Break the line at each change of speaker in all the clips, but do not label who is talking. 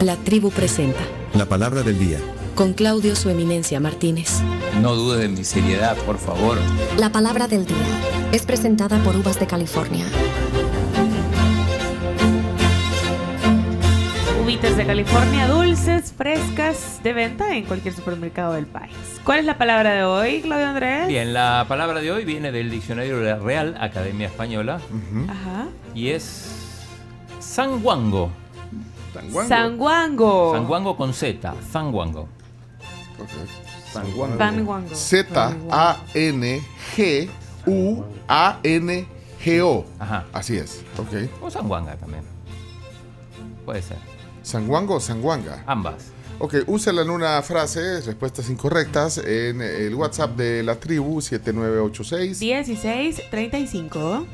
La tribu presenta
La palabra del día.
con Claudio Su Eminencia Martínez.
No dudes de mi seriedad, por favor.
La palabra del día es presentada por Uvas de California.
Uvitas de California dulces, frescas, de venta en cualquier supermercado del país. ¿Cuál es la palabra de hoy, Claudio Andrés?
Bien, la palabra de hoy viene del diccionario de la Real Academia Española
Ajá.
y es sanguango.
Sanguango.
Sanguango con Z, sanguango.
Sanguango.
Z-A-N-G-U-A-N-G-O.
Ajá.
Así es. Ok.
O sanguanga también. Puede ser.
¿Sanguango o sanguanga?
Ambas.
Ok, úsela en una frase, respuestas incorrectas, en el WhatsApp de la tribu 7986.
16, 35.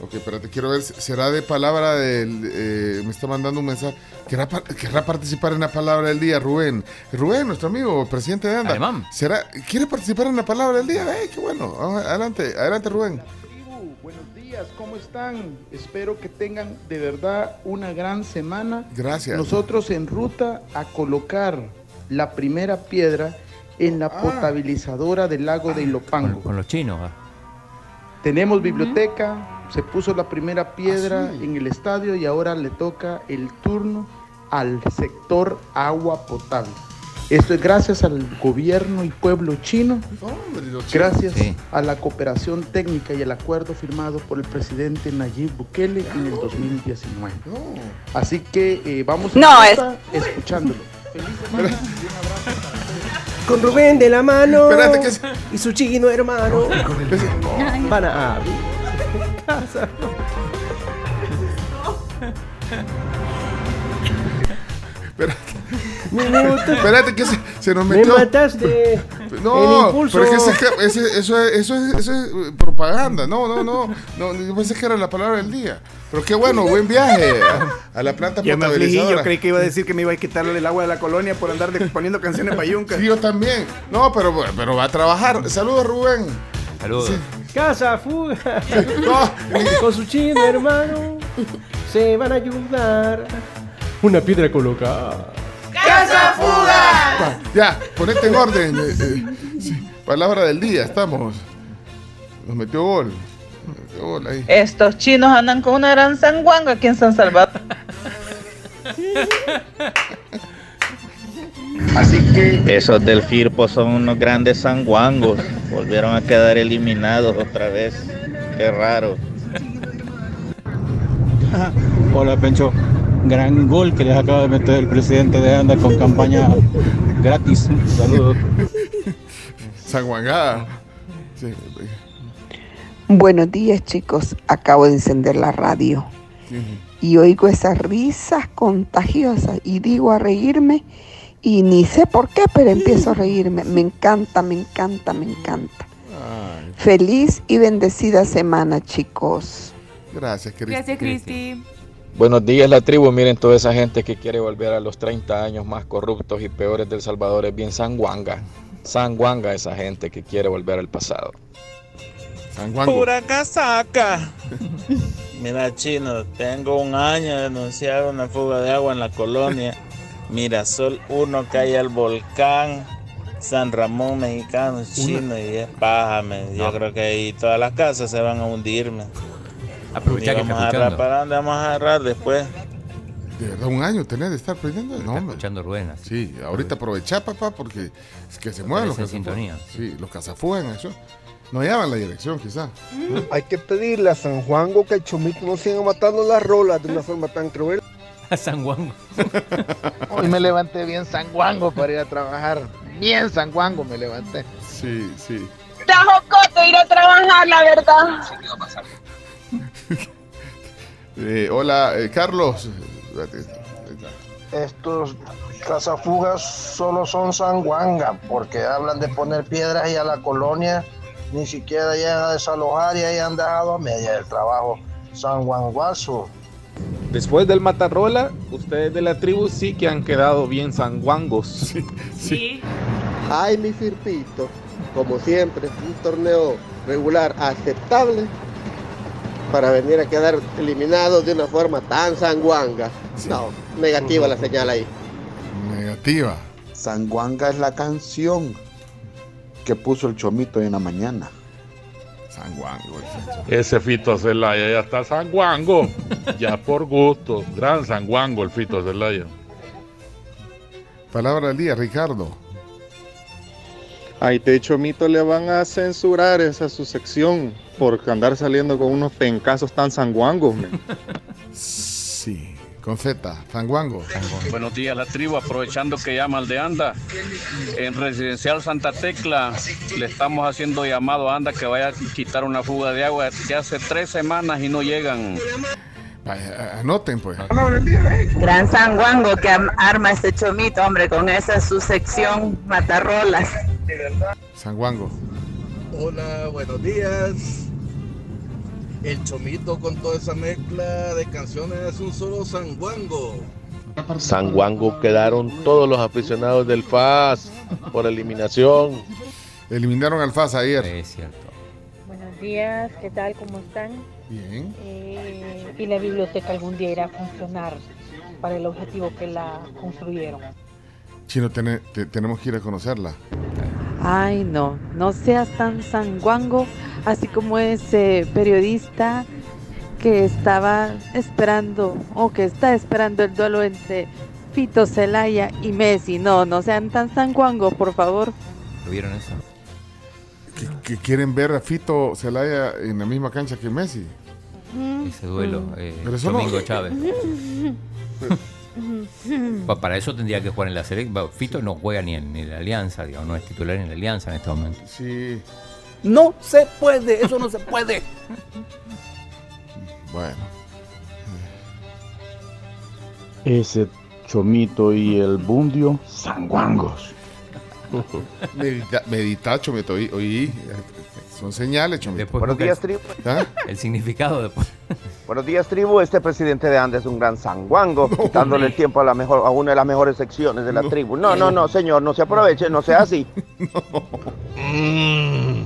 Ok, espérate, quiero ver, será de palabra del... eh, me está mandando un mensaje. ¿Querrá, par- querrá participar en la palabra del día, Rubén? Rubén, nuestro amigo, presidente de ANDA.
Alemán.
¿Será, ¿Quiere participar en la palabra del día? ¡Eh, qué bueno! Vamos, adelante, adelante, Rubén.
Tribu, Buenos días, ¿cómo están? Espero que tengan de verdad una gran semana.
Gracias.
Nosotros en ruta a colocar la primera piedra en la
Ah.
potabilizadora del lago de
Con,
Ilopango.
con los chinos. ah.
Tenemos biblioteca, se puso la primera piedra
Ah, sí.
en el estadio y ahora le toca el turno al sector agua potable. Esto es gracias al gobierno y pueblo chino
Hombre, lo chido.
Gracias
Sí.
a la cooperación técnica y el acuerdo firmado por el presidente Nayib Bukele en el 2019.
No.
Así que eh, vamos a
No,
escuchándolo.
Con Rubén de la mano
Espérate que se-
y su chino hermano van a
Espérate,
Minuto,
espérate que se, se nos
me
metió.
mataste. el
No,
impulso.
pero es que ese- ese- eso, es, eso, es, eso es, eh, propaganda. No, no, no, no. Yo pensé que era la palabra del día. Pero qué bueno, buen viaje a, a la planta
Ya me afligí, yo
potabilizadora.
creí que iba a decir que me iba a quitarle el agua de la colonia por andar de- poniendo canciones payuncas.
Sí, yo también. No, pero, pero va a trabajar. Saludos, Rubén.
Saludos.
Casa fuga
No,
con su chino hermano se van a ayudar. Una piedra colocada.
va, ya, ponete en orden. Eh, eh, sí, palabra del día, estamos. Nos metió gol. Nos metió gol ahí.
Estos chinos andan con una gran sanguanga aquí en San Salvador.
Así que eh,
Esos del Firpo son unos grandes sanguangos. Volvieron a quedar eliminados otra vez. Qué raro.
Hola Pencho, gran gol que les acaba de meter el presidente de Anda con campaña gratis. Saludos.
Sanguangada. Sí,
Buenos días chicos, acabo de encender la radio
sí.
y oigo esas risas contagiosas y digo a reírme y ni sé por qué, pero empiezo a reírme. Me encanta, me encanta, me encanta.
Ay,
Feliz y bendecida semana chicos.
gracias, querido.
Gracias, Cristi.
Buenos días, la tribu. Miren toda esa gente que quiere volver a los 30 años más corruptos y peores del Salvador. Es bien sanguanga. Sanguanga esa gente que quiere volver al pasado.
Sanguango.
casaca. Mira, chino, tengo un año de denunciar una fuga de agua en la colonia. Mirasol 1 cae al volcán. San Ramón mexicano, chino, y es pájame. Yo
No.
creo que ahí todas las casas se van a hundirme. Y
Aprovecha que
vamos
está
a agarrar,
escuchando.
¿para dónde vamos a agarrar después?
De verdad, un año tenés de estar aprendiendo. No,
Está
hombre.
escuchando Rubén. así.
Sí, ahorita aprovechá, papá, porque es que se mueven los
tenés en
cazafugas.
sintonía.
Sí, los cazafugas en eso. No hallaban la dirección, quizás.
Hay que pedirle a San Juango que el chomito no siga matando las rolas de una forma tan cruel.
sanguango.
Hoy me levanté bien sanguango para ir a trabajar. Bien sanguango me levanté.
Sí, sí.
Trajo coto ir a trabajar, la verdad.
Eh, hola, eh, Carlos. Espérate, ahí está.
Estos cazafugas solo son sanguanga porque hablan de poner piedras y a la colonia ni siquiera llegan a desalojar y ahí han dejado a media el trabajo. Sanguanguazo.
Después del Matarrola, ustedes de la tribu sí que han quedado bien sanguangos.
Sí.
Ay, mi firpito, como siempre, un torneo regular aceptable
para venir a quedar eliminados de una forma tan sanguanga. No, negativa la señal ahí.
eh, Negativa.
Sanguanga es la canción que puso el chomito hoy en la mañana.
Sanguango.
Ese Fito Celaya ya está sanguango. ya por gusto. Gran sanguango el Fito Celaya.
Palabra del día, Ricardo.
Ahí te Chomito le van a censurar esa su sección por andar saliendo con unos pencazos tan sanguangos. men.
Sí, con Z, Sanguango.
Buenos días, la tribu. Aprovechando que llama al de Anda, en Residencial Santa Tecla le estamos haciendo llamado a Anda que vaya a quitar una fuga de agua. Ya hace tres semanas y no llegan.
Vaya, Anoten, pues.
Gran sanguango que am- arma este chomito, hombre, con esa su sección matarrolas.
Sanguango.
Hola, buenos días. El chomito con toda esa mezcla de canciones es un solo sanguango.
Sanguango quedaron todos los aficionados del FAS por eliminación.
Eliminaron al FAS ayer.
Es cierto.
Buenos días, ¿qué tal? ¿Cómo están?
Bien.
Eh, y la biblioteca algún día irá a funcionar para el objetivo que la construyeron.
Chino, tene- te- tenemos que ir a conocerla.
Ay, no, no seas tan sanguango, así como ese periodista que estaba esperando o que está esperando el duelo entre Fito Celaya y Messi. No, no sean tan sanguangos, por favor.
¿Lo vieron eso?
Que, que quieren ver a Fito Celaya en la misma cancha que Messi.
Ese duelo. Eh,
Pero eso no-
Domingo Chávez. Pa- Para eso tendría que jugar en la selección. Fito no juega ni en, ni en la Alianza, digamos, no es titular en la Alianza en este momento.
Sí.
No se puede, eso no se puede.
Bueno.
Ese chomito y el bundio, sanguangos.
Medita, medita, Chomito, oí, oí. eh, Son señales, Chomito. ¿Ah?
Buenos días, tribu.
El significado después.
Buenos días, tribu. Este presidente de Andes es un gran sanguango, quitándole el tiempo a, la mejor, a una de las mejores secciones de la tribu. No, no, no, señor, no se aproveche, no sea así.
Mm,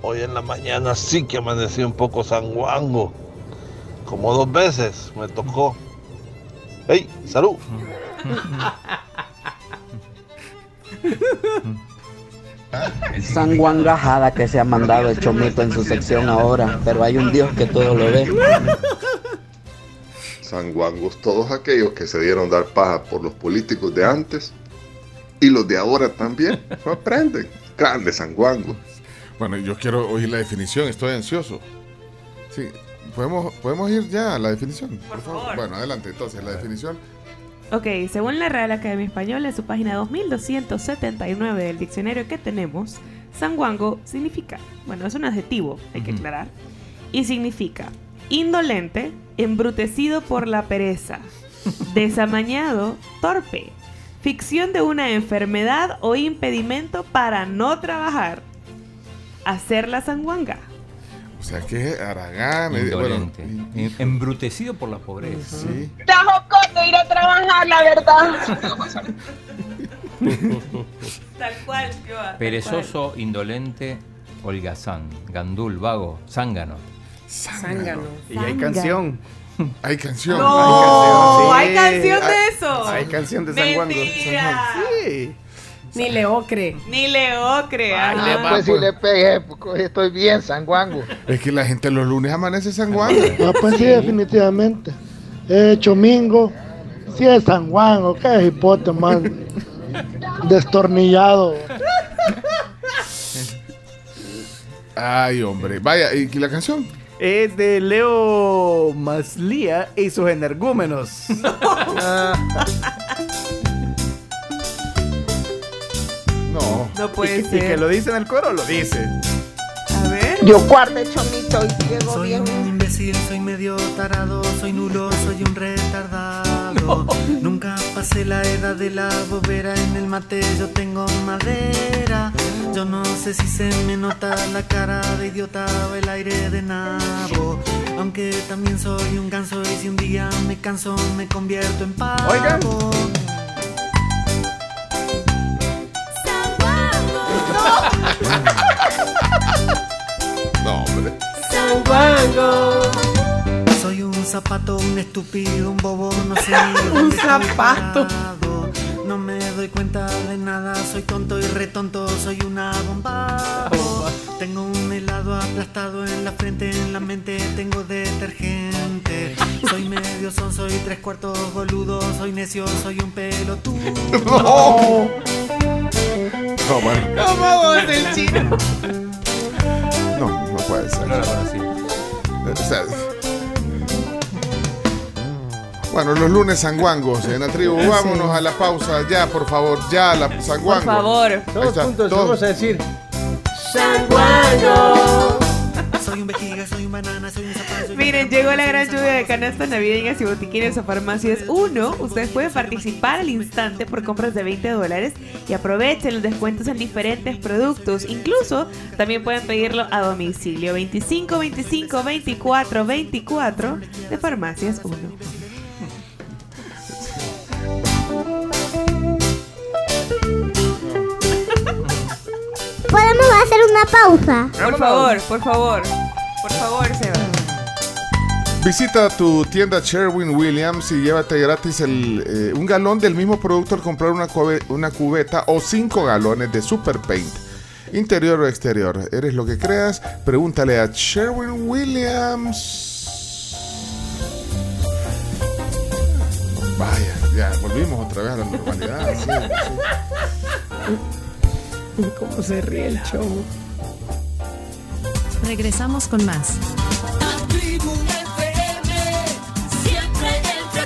hoy en la mañana sí que amanecí un poco sanguango. Como dos veces me tocó. ¡Ey! ¡Salud!
Sanguangajada que se ha mandado el chomito en su sección ahora, pero hay un Dios que todo lo ve.
Sanguangos todos aquellos que se dieron dar paja por los políticos de antes y los de ahora también. No aprenden. Grandes sanguangos.
Bueno, yo quiero oír la definición, estoy ansioso. Sí, podemos, podemos ir ya a la definición. Por favor. Bueno, adelante, entonces, la definición.
Ok, según la Real Academia Española, en su página 2279 del diccionario que tenemos, sanguango significa, bueno, es un adjetivo, hay que
Ujú.
aclarar, y significa indolente, embrutecido por la pereza, desamañado, torpe, ficción de una enfermedad o impedimento para no trabajar, hacer la sanguanga.
O sea, que
Ah,
Aragán. eh, bueno,
Indolente. En- Embrutecido por la pobreza.
Sí.
Está jocoso ir a trabajar, la verdad.
Tal cual, Joa, tal
Perezoso, indolente, holgazán, gandul, vago, zángano.
Zángano.
Y hay canción.
Hay canción.
No, hay canción de eso.
Hay canción de San Juan.
Oh. Mentira.
Sí.
Ni Leocre.
Ni ah, Leocre. ajá.
le va, Pues si pues. le
pegué,
estoy bien, sanguango.
Es que la gente los lunes amanece sanguando.
No, pues sí, definitivamente. Eh, Chomingo, sí es San Juan, o qué hipote más destornillado.
Ay, hombre. Vaya, ¿y la canción?
Es de Leo Maslía y sus energúmenos.
no.
No puede
y que,
ser.
Y que lo dice en el coro, lo dice.
Yo guardo el chomito y ciego
Soy
bien.
un imbécil, soy medio tarado, soy nulo, soy un retardado. Nunca pasé la edad de la bobera, en el mate yo tengo madera. Yo no sé si se me nota la cara de idiota o el aire de nabo. Aunque también soy un ganso y si un día me canso me convierto en pavo.
Oigan.
No, hombre.
Sanguango.
zapato, un estúpido, un bobo, no sé ni
Un
dónde estoy
zapato.
parado. No me doy cuenta de nada, soy tonto y retonto, soy una bomba. Tengo un helado aplastado en la frente, en la mente tengo detergente. Soy medio son, soy tres cuartos boludo, soy necio, soy un pelotudo.
No. No, bueno.
¿Cómo
Oh,
vos el chino?
No, no puede ser. Eh, o sea, Bueno, los lunes sanguangos en la tribu.
Sí.
Vámonos a la pausa ya, por favor. Ya, la sanguango. Ahí
Todos
está,
juntos
todos.
vamos a decir.
Soy un vejiga, soy un banana, soy un zapallo.
Miren, llegó la gran lluvia de canastas navideñas y botiquines a Farmacias 1. Ustedes pueden participar al instante por compras de 20 dólares y aprovechen los descuentos en diferentes productos. Incluso también pueden pedirlo a domicilio 25 25 24 24 de Farmacias 1.
Podemos hacer una pausa.
Por favor, por favor, por favor, Seba.
Visita tu tienda Sherwin Williams y llévate gratis el, eh, un galón del mismo producto al comprar una, cuave- una cubeta o cinco galones de Super Paint. Interior o exterior, eres lo que creas. Pregúntale a Sherwin Williams. Vaya, ya volvimos otra vez a la normalidad. sí.
¿Cómo se ríe el show?
Regresamos con más.